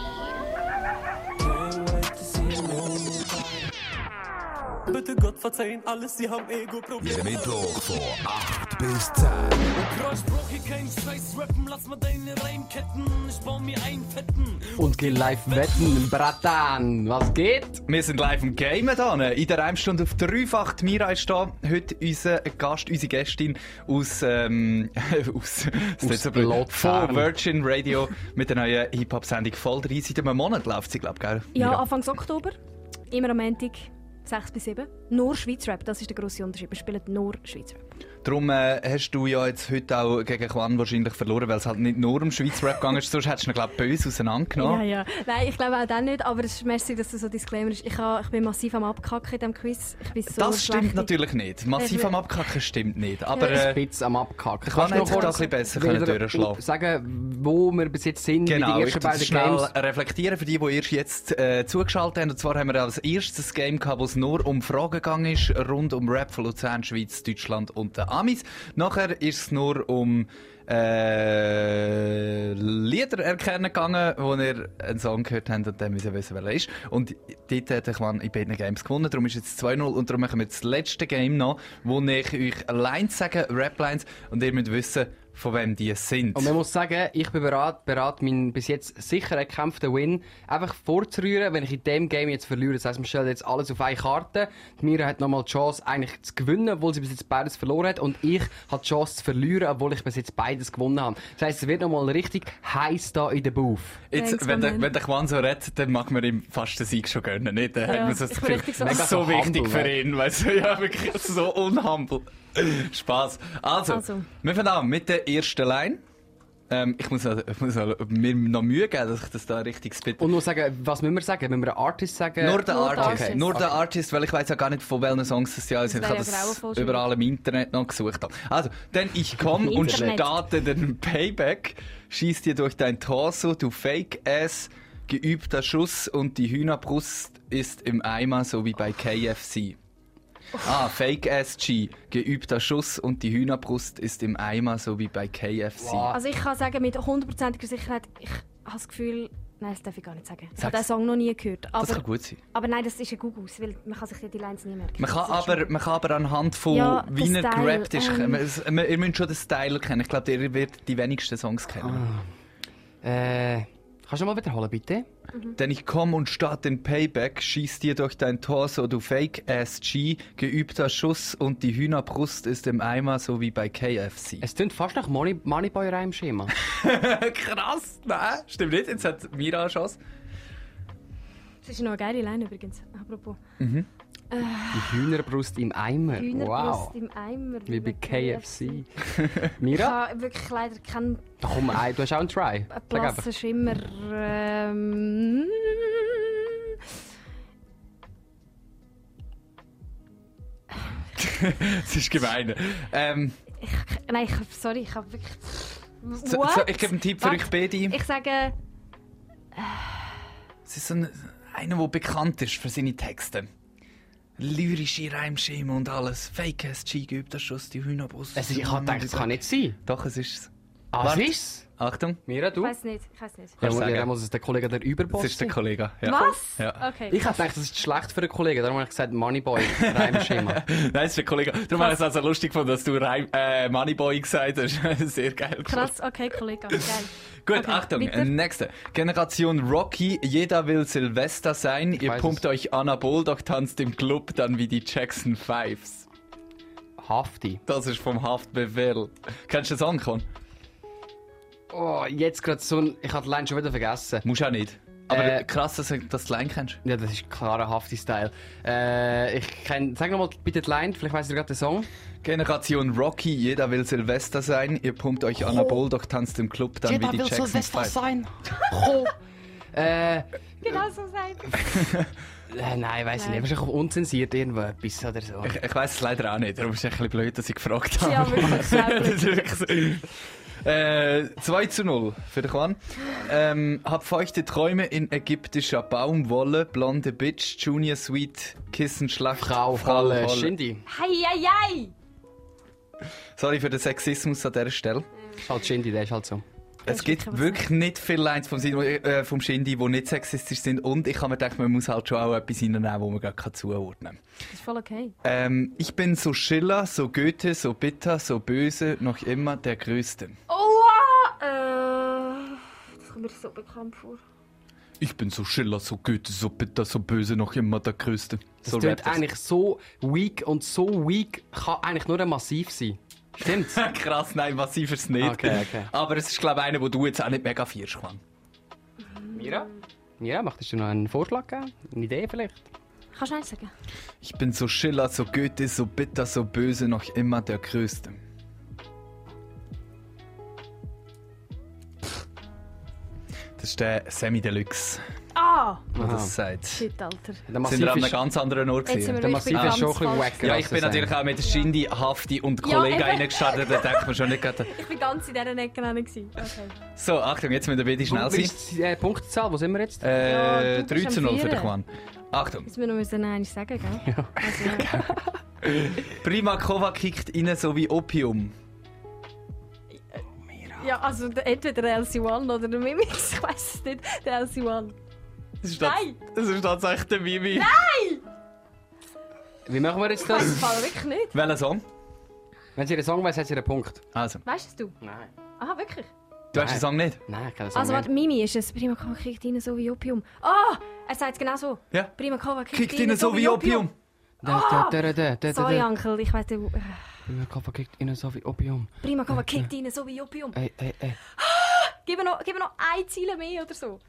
Bitte Gott verzeihen alles, sie haben
Jeden
Ego-Probleme.
Mittwoch von 8 bis 10.
Kreuz brauch hier keinen Scheiß rappen, lass mal deine Reimketten. Ich bau mir einen fetten.
Und geh live wetten, Bratan. Was geht?
Wir sind live im Game hier. In der Reimstunde auf dreifach. Die Mira ist da. Heute unser Gast, unsere Gästin aus, ähm, (laughs) aus, das ist so blöd.
Lothar.
von Virgin Radio mit der neuen Hip-Hop-Sendung voll drin. Seit einem Monat läuft sie, glaube ich, gell?
Ja,
Mira?
Anfang Oktober. Immer am Montag, 6 bis 7. Nur Schweizrap, das ist der grosse Unterschied. Wir spielen nur Schweizrap.
Darum äh, hast du ja jetzt heute auch gegen Quan wahrscheinlich verloren, weil es halt nicht nur um Schweizer Rap gegangen ist, sonst hättest du ihn, glaube ich, böse auseinandergenommen.
Ja, ja. Nein, ich glaube auch dann nicht, aber es ist merci, dass du so Disclaimer hast. Ich, ha- ich bin massiv am Abkacken in diesem Quiz. Ich bin so
das stimmt
schlecht.
natürlich nicht. Massiv
Ja,
am Abkacken stimmt nicht. Aber
Ja.
äh,
Spitz am Abkacken.
Kann
Kannst du
jetzt
noch
da
kurz
ein bisschen besser können
wieder
durchschlafen.
Sagen, wo wir bis jetzt sind,
genau,
wie die
ich tue
ersten
das
beiden
schnell
Games.
reflektieren für die, die erst jetzt äh, zugeschaltet haben. Und zwar haben wir als erstes Game gehabt, wo es nur um Fragen gegangen ist, rund um Rap von Luzern, Schweiz, Deutschland und den Amis. Nachher ist es nur um äh, Lieder erkennen gegangen, wo ihr einen Song gehört habt und dann müssen wir wissen, welcher ist. Und dort hat ich in beiden Games gewonnen, darum ist jetzt 2-0 und darum machen wir jetzt das letzte Game noch, wo ich euch Lines sage, Rap-Lines, und ihr müsst wissen, von wem die sind.
Und man muss sagen, ich bin bereit, bereit meinen bis jetzt sicher erkämpften Win einfach vorzurühren, wenn ich in dem Game jetzt verliere. Das heisst, wir stellen jetzt alles auf eine Karte. Die Mira hat nochmal die Chance, eigentlich zu gewinnen, obwohl sie bis jetzt beides verloren hat. Und ich habe die Chance zu verlieren, obwohl ich bis jetzt beides gewonnen habe. Das heisst, es wird nochmal richtig heiß da in der Booth.
Jetzt,
Thanks,
wenn, der,
Moment.
wenn der Quan so redet, dann mag man ihm fast den Sieg schon gönnen, nicht? Dann hat
Ja,
man so das
ich bin
Gefühl,
richtig so-
das ist so
Mega
wichtig
humble,
für
ja.
ihn, weißt du? (laughs) Ja, wirklich so unhumble. Spass. Also,
Also.
wir fangen an mit der ersten Line. Ähm, ich muss, noch, ich muss noch, mir noch Mühe geben, dass ich das da richtig spitte.
Und nur sagen, was müssen wir sagen? Müssen wir einen Artist sagen?
Nur der
nur der
Artist.
Artist.
Nur der Artist, weil ich weiß ja gar nicht, von welchen Songs das ja ist.
Das
Ich habe
wäre ja
das
grauenvoll schon.
überall im Internet noch gesucht. Habe. Also, denn ich komme
Im
und
Internet.
starte den Payback, schieß dir durch dein Torso, du Fake-Ass, geübter Schuss und die Hühnerbrust ist im Eimer, so wie bei
Oh.
KFC. Ah, Fake-Ass-G, geübter Schuss und die Hühnerbrust ist im Eimer, so wie bei KFC.
Also ich kann sagen, mit hundertprozentiger Sicherheit, ich habe das Gefühl, nein, das darf ich gar nicht sagen. Ich habe
Sag's.
den Song noch nie gehört.
Das
Aber,
kann gut sein.
aber nein, das ist ein Gugus, weil man kann sich ja die Lines nie merken.
Man kann,
Das ist
aber, man kann aber anhand von,
Ja,
wie
der
er
Style,
gerappt ist,
ähm.
es- man- ihr müsst schon den Style kennen. Ich glaube, ihr werdet die wenigsten Songs kennen.
Äh, kannst du mal wiederholen, bitte?
Mhm. Denn ich komm und start den Payback, schieß dir durch dein Torso, du Fake-Ass-G, geübter Schuss und die Hühnerbrust ist im Eimer, so wie bei
(laughs)
KFC.
Es klingt fast nach Money, Moneyboy-Reimschema.
Krass, nein, stimmt nicht, jetzt hat Mira eine Chance.
Das ist noch eine geile Line übrigens, apropos.
Die Hühnerbrust im Eimer.
Hühnerbrust
Wow.
im Eimer.
Wie bei KFC. Mira?
Ich habe wirklich leider keinen
Da (laughs) komm, ey, du hast auch einen
Äh,
Try. Sag einfach.
blassen Schimmer. Ähm,
(laughs) Das ist gemein. Ähm,
nein, ich, hab- sorry, ich habe wirklich...
so,
What?
so, ich gebe einen Tipp für
Warte,
euch beide.
Ich sage...
Es ist so ein, einer, der bekannt ist für seine Texte. Lyrische Reimschema und alles. Fake SG geübter Schuss, die Hühnerbrust.
Es ist, ich hab gedacht, das kann nicht sein.
Doch, es ist es.
Ah,
Warte.
ist's?
Achtung.
Mira, du?
Ich
Ja,
weiß nicht, ich weiß nicht.
Kannst
ja,
sagen.
dann muss es der Kollege der Überboss
Das ist der
sein.
Kollege. Ja. Oh,
Was?
Ja.
Okay.
Ich hab gedacht, das ist schlecht für den Kollegen. Darum habe ich gesagt, Moneyboy, (laughs) Reimschema.
Nein, es ist der Kollege. Darum habe ich es also lustig gefunden, dass du Reim äh, Moneyboy gesagt hast. (laughs) Sehr geil.
Krass, okay, Kollege, geil.
Gut,
Okay,
Achtung, äh,
weiter.
nächste. Generation Rocky, jeder will Silvester sein. Ihr
weiß
pumpt euch Anabol, doch tanzt im Club dann wie die Jackson Fives.
Hafti.
Das ist vom Haftbefehl. Kennst du den Song, Con?
Oh, jetzt gerade so ein... Ich hab die Line schon wieder vergessen.
Musst auch nicht. Aber krass, dass du das Line kennst.
Ja, das ist klarer Hafti-Style. Äh, ich kenn, sag nochmal bitte die Line, vielleicht weiss ich gerade den Song.
Generation Rocky, jeder will Silvester sein. Ihr pumpt euch Anabol, doch tanzt im Club dann wie die Jackson 5.
(laughs) sein. Oh. äh, äh,
Genau so sein.
nein, weiss ich
Nein.
nicht. Wahrscheinlich unzensiert irgendwo etwas oder so.
Ich, ich weiß es leider auch nicht, darum ist es ein bisschen blöd, dass ich gefragt habe. (laughs)
Ja, wirklich,
das ist wirklich so. Äh, 2 zu 0 für den Juan. Ähm, hab feuchte Träume in ägyptischer Baumwolle, blonde Bitch, Junior Sweet, Kissenschlacht,
Frau, Halle, Schindy.
Hei, hei, hei!
Sorry für den Sexismus an dieser Stelle.
Ist halt Schindy, der ist halt so.
Es gibt
wirklich
wirklich nicht viele Lines vom, Sin- äh, vom Shindy, die nicht sexistisch sind. Und ich habe mir gedacht, man muss halt schon auch etwas hineinnehmen, wo man gar kann zuordnen
Das ist voll okay.
Ähm, ich bin so Schiller, so Goethe, so bitter, so böse, noch immer der Größte.
Oh, äh, das kommt mir so bekannt vor.
Ich bin so Schiller, so Goethe, so bitter, so böse, noch immer der Größte.
Das
so
klingt
rappt er's.
eigentlich so weak und so weak kann eigentlich nur ein Massiv sein. Stimmt's?
(laughs) Krass, nein, massiveres nicht.
Okay, okay.
Aber es ist, glaube ich, einer, wo du jetzt auch nicht mega feierst, Juan.
Mira? Mira, möchtest du noch einen Vorschlag geben? Eine Idee vielleicht?
Kannst du eins sagen?
Ich bin so Schiller, so Goethe, so bitter, so böse, noch immer der Größte. Das ist der Sammy Deluxe,
Ah!
der
Aha.
das sagt.
Shit, Alter.
Der
Sind wir an einem
ist-
ganz anderen Ort
Jetzt
gewesen?
sind wir wirklich
der Massiv
bei
ist schon ein
ganz
bisschen
falsch.
wacker.
Ja, ich bin
als er
natürlich
sagt.
auch mit Shindy, Hafti und
Ja,
Kollegen
eben.
reingestartet, da denkt man schon nicht
(laughs)
gerade.
Ich bin ganz in dieser Ecke drin. gewesen. Okay.
So, Achtung, jetzt müssen wir bitte schnell
Wie
sein.
ist die äh, Punktzahl? Wo sind wir jetzt?
Ja,
Äh,
du bist
3 zu
am
0 für den
Vieren.
Juan. Achtung.
Jetzt müssen wir es noch eins sagen, gell? Ja. Also,
Prima Kova kickt rein, so wie Opium.
ja, also der- entweder der LC1 oder der Mimix, ich weiß es nicht. Der LC1.
Das ist
Nein!
tats- Das ist tatsächlich der Mimi.
Wie machen wir jetzt
Das
das?
Fall wirklich nicht.
Welcher Song?
Wenn sie ihren Song weiss, hat sie einen Punkt.
Also,
Weißt du?
Nein.
Aha, wirklich?
du hast den Song nicht?
Nein, ich kann das
Also,
nicht.
warte, Mimi ist es. Prima Kava kriegt rein so wie Opium. Ah! er sagt es genau so.
Ja.
Prima Kava kriegt,
Kickt rein, so wie Opium.
Da, da, da, da, da, da,
Sorry,
da.
Onkel, ich weiß nicht. äh,
Mein Kopf kriegt innen so wie Opium.
Prima Kava kriegt rein so wie Opium.
Äh.
Ey, ey, ey.
Gib mir noch, gib mir noch ein Ziel mehr oder so.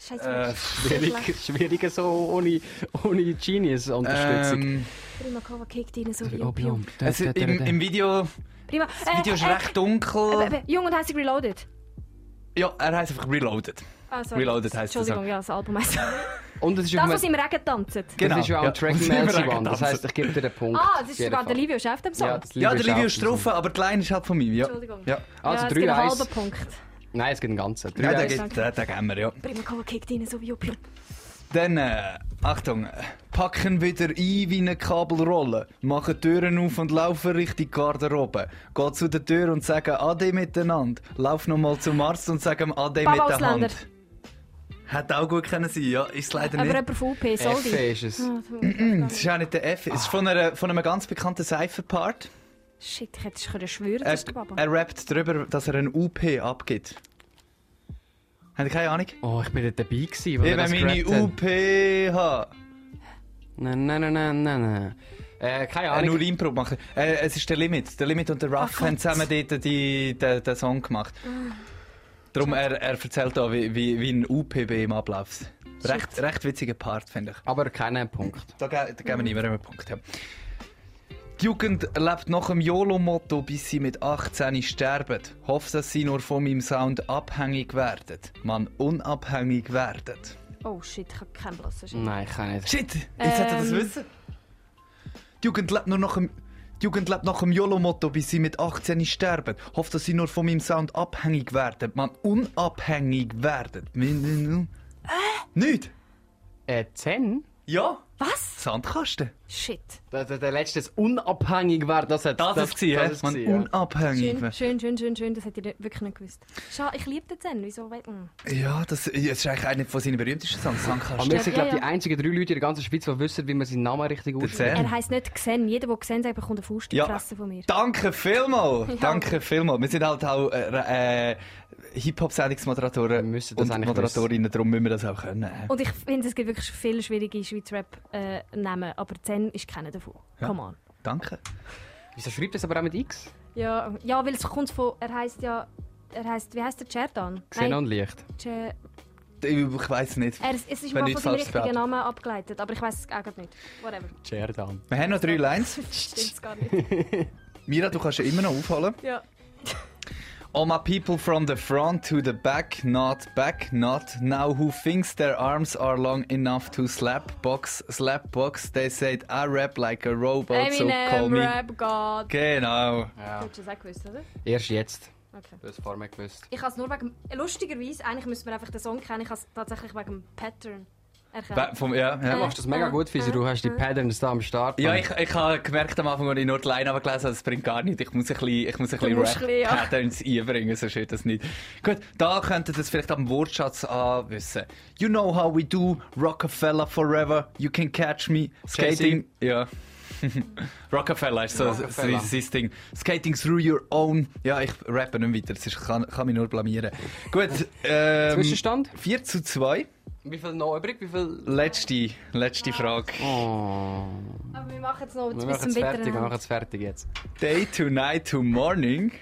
Scheiße.
Äh,
Schwierig, schwieriger so ohne, ohne Genius-Unterstützung.
Ähm,
Prima Kava kriegt rein so wie
wie
Opium.
Opium. Da,
es,
da,
ist
da,
im,
da.
Im Video,
Prima.
das Video ist recht dunkel.
äh, Jung und hässlich reloaded.
Ja, er heißt einfach Reloaded.
Ah, sorry.
Reloaded heisst das.
Entschuldigung, ja, das Album heisst.
(laughs)
Und es ist
Das,
auf
was
einem-
im Regen tanzt.
das ist ja auch ein Track
(laughs)
im
Genau. Und
LC
immer
One. Das heisst,
reingetanzt.
ich gebe dir den Punkt.
Ah, das ist
Auf jeden
sogar der
Fall.
Livio Chef dem Song.
Ja, das
ja, der
auch
Livio ist
auf dem
drauf,
Song.
aber die Line ist halt von mir. Ja.
Entschuldigung.
Ja.
Also
ja, es gibt einen
3-1.
halben Punkt.
Nein, es gibt einen ganzen.
Ja,
Drei-
den,
ist
gibt- den, den geben wir, ja.
Prima Kava kriegt rein so wie Opium.
Dann, äh, Achtung, äh, packen wieder ein wie eine Kabelrolle, machen Türen auf und laufen Richtung Garderobe. Geh zu der Tür und sagen Ade miteinander. Lauf nochmal zum Arzt und sag ihm Ade
Baba
mit der
Ausländer.
Hand. Hätte auch gut können sein, ja, ist leider
Aber
nicht.
jemand von UP,
F
Soldi.
ist es.
Das ist auch nicht der F, es ist von, einer, von einem ganz bekannten Cypher-Part.
Shit, ich hätte es können schwören,
Er,
das ist der Baba.
er rappt darüber, dass er einen UP abgibt. Habt ihr keine Ahnung?
Oh, ich bin nicht dabei gewesen, weil
Eben
wir das
meine
gerappt haben.
UP haben.
Nein, nein, nein, nein, nein, nein. Äh, keine
Eine
Ahnung.
Urinprobe machen. Äh, es ist der Limit. Der Limit und der Ruff haben zusammen dort die, den, den Song gemacht. Darum, er, er erzählt da, wie, wie, wie ein UPB im Ablauf. Recht, recht witziger Part, finde ich.
Aber keinen Punkt.
Da, ge da geben wir immer einen Punkt. Ja. Die Jugend lebt nach dem YOLO-Motto, bis sie mit 18 sterben. Hofft, dass sie nur von meinem Sound abhängig werden. Man, unabhängig werden.
Oh shit, ich habe keinen blassen Schimmer.
Nein, ich kann nicht.
Shit, jetzt hätte er das
Ähm.
wissen. Die Jugend lebt nur nach dem... Die Jugend lebt nach dem YOLO-Motto, bis sie mit 18 sterben. Hofft, dass sie nur von meinem Sound abhängig werden. Man, unabhängig werden. Nicht?
Äh, 10?
Ja.
Was?
Sandkasten.
Shit.
Der, der, der letzte ist unabhängig war, das hat
ist gewesen, hä?
ist
Man,
gewesen, ja.
unabhängig
Schön,
werden.
schön, schön, schön, schön, das hätte ich nicht- wirklich nicht gewusst. Schade, ich liebe den Zen, wieso hm. weit man?
Ja, das, das ist eigentlich einer von seinen berühmtesten Songs,
Aber
Sandkasten.
wir sind, glaube ich,
Ja,
die einzigen drei Leute in der ganzen Schweiz, die wissen, wie man seinen Namen richtig ausspricht.
Zehn.
Er heisst nicht Xen, jeder, der Xen sagt, bekommt eine Faust
Hm.
in
Ja.
die Fresse von mir.
Danke vielmals! Danke vielmals! Wir sind halt auch äh, äh, Hip-Hop-Sendungsmoderatoren
Wir müssen das
und
eigentlich
Moderatorinnen, darum müssen wir das auch können.
Und ich finde, es gibt wirklich viele schwierige Schweizer Rap-Namen, aber Zen ist keiner davon. Come on.
Danke.
Wieso schreibt das aber auch mit X?
Ja, ja weil es kommt von, er heisst ja, er heisst, wie heisst der Cerdan? Nein,
Xenonlicht.
Cer-
Ich weiß nicht.
Er, es ist
Wenn
mal
nicht
von seinem
falsch
richtigen
behauptet.
Namen abgeleitet, aber ich weiß es auch gerade nicht. Whatever. (laughs)
Jerdan. Wir haben noch drei Lines.
Stimmt's gar nicht.
Mira, du kannst ja immer noch aufholen.
Ja.
All my people from the front to the back, not back, not now. Who thinks their arms are long enough to slap box, slap box? They said I rap like a robot, so call
Eminem,
me.
Rap, um, God.
Genau.
Ja. Hättest du das auch gewusst, oder?
Erst jetzt.
Okay.
Du hast es vorher gewusst.
Ich habe es nur wegen... Lustigerweise, eigentlich müsste man einfach den Song kennen, ich habe es tatsächlich wegen dem Pattern
Ba-
erkannt.
Vom, ja,
Du
ja.
machst das
Ah,
mega gut, Fieser. Du hast die Patterns da am Start.
Ja, ich, ich habe gemerkt am Anfang, als ich nur die Line gelesen habe, es bringt gar nichts. Ich muss ein bisschen, ich muss ein
Du
bisschen
musst ein bisschen, ja.
Rap-Patterns einbringen, sonst wird das nicht. Gut, da könntet ihr das vielleicht am Wortschatz anwissen. You know how we do, Rockefeller forever, you can catch me, skating... Ja. (laughs) Rockefeller ist so
Rockefeller.
Rockefeller. sein Ding. Skating through your own... Ja, ich rappe nicht weiter, das ist, kann, kann mich nur blamieren. Gut, ähm,
Zwischenstand?
4 zu 2.
Wie viel noch übrig? Wie viel...
Letzte, letzte Frage.
Oh,
Aber wir machen es noch
Wir
bis
machen
zum
es fertig, wir
bitteren
machen
Ende.
es fertig jetzt.
Day to night to morning...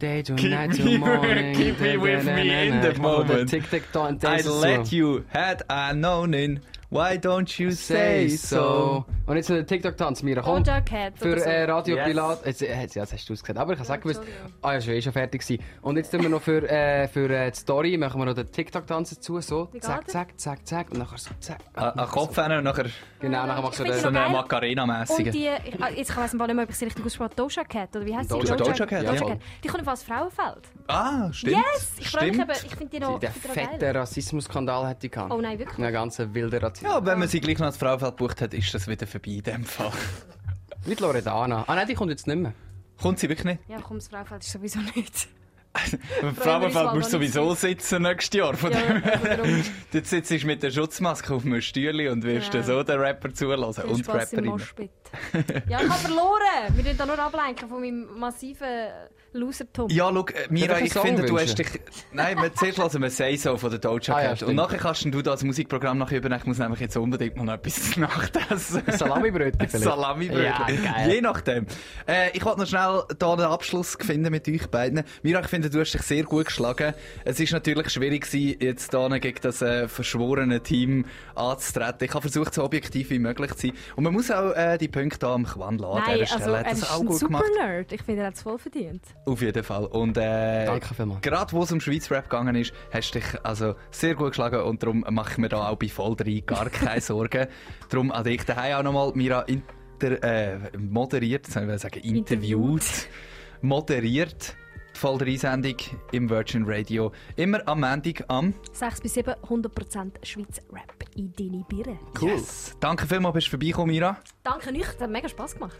Day to
Keep
night to
me-
morning.
keep me with me in the moment.
Tic Tac Toe und
I
Daisy
let
so.
you had I known it. Why don't you say so?
Und jetzt ein TikTok Tanz Mira, komm.
Oder Cat
Für
oder so.
äh, Radio
Yes.
Pilat. Jetzt, äh, jetzt, ja, das hast du es gesagt. Aber ich habe es auch gewusst.
Entschuldigung.
Ah, ja, schon, ist schon fertig gewesen. Und jetzt tun wir noch für, äh, für äh, die Story machen wir noch den TikTok Tanz dazu. So,
Wie geht
zack,
er?
zack, zack, zack. Und nachher so, zack.
Ein ein Kopf hin und nachher
Genau, nachher machst du
Ich
den.
so eine
Geil. Und
Macarena-mässige.
die, ich- ah, jetzt weiß ich nicht mehr, ob ich sie richtig ausspreche, Doja Cat, oder wie heißt sie?
Doja Cat.
Doja Cat, ja.
Die kommt auf das Frauenfeld.
Ah, stimmt.
Yes! Ich freue mich
stimmt.
eben, ich finde die noch,
Der
ich find die noch geil.
fette Rassismus-Skandal hätte ich gehabt.
Oh nein, wirklich?
Ein ganzer wilder Rassismus.
Ja, wenn man sie gleich noch als Frauenfeld gebucht hat, ist das wieder vorbei in dem Fall. (laughs)
Mit Loredana. Ah nein, die kommt jetzt nicht mehr.
Kommt sie wirklich nicht?
Ja, komm, das Frauenfeld ist sowieso nicht.
Im
uns mal
Frauenfeld musst du
noch nicht
sowieso sitzen nächstes Jahr. Von
Ja,
dem her.
also darum.
Dort sitzt du mit der Schutzmaske auf dem Stühle und wirst
Ja.
dann so den Rapper zulassen.
Viel
Und die
Spass im
Rapperin.
Moschpit. Ja, ich habe verloren. Wir dürfen da nur ablenken von meinem massiven Losertum.
Ja, schau, äh,
Darf
Mira, ich
ich einen Song
finde, du
wünschen?
hast dich. Nein, wir zuerst lassen wir Say So von der Doja
(laughs) Ah, ja,
Cat.
stimmt.
und nachher kannst du das Musikprogramm nachher übernehmen. Ich muss nämlich jetzt unbedingt mal noch etwas (laughs) zu Nacht essen. (laughs)
Salamibrötchen vielleicht.
Salamibrötchen.
Ja, geil.
Je nachdem. Äh, ich wollte noch schnell hier einen Abschluss finden mit euch beiden. Mira, ich finde, du hast dich sehr gut geschlagen. Es ist natürlich schwierig gewesen, jetzt hier gegen das äh, verschworene Team anzutreten. Ich habe versucht, so objektiv wie möglich zu sein. Und man muss auch äh, die Punkte hier am Quan laden. An
Nein,
dieser
also
Stelle
er
hat
ist
das auch
ein
gut
super
gemacht.
Nerd. Ich finde, er hat es voll verdient.
Auf jeden Fall. Und äh,
Danke vielmals.
Gerade wo es um Schweizer Rap gegangen ist, hast du dich also sehr gut geschlagen und darum mache ich mir da auch bei voll drei gar
(laughs)
keine Sorgen. darum an dich daheim auch nochmal, Mira, inter, äh, moderiert, soll ich sagen, interviewt, moderiert die voll drei Sendung im Virgin Radio. Immer am Montag am
6 bis 7, 100% Schweiz Rap in deine Birne.
Cool. Yes. Danke vielmals, bist du vorbeigekommen, Mira.
Danke euch, das hat mega Spass gemacht.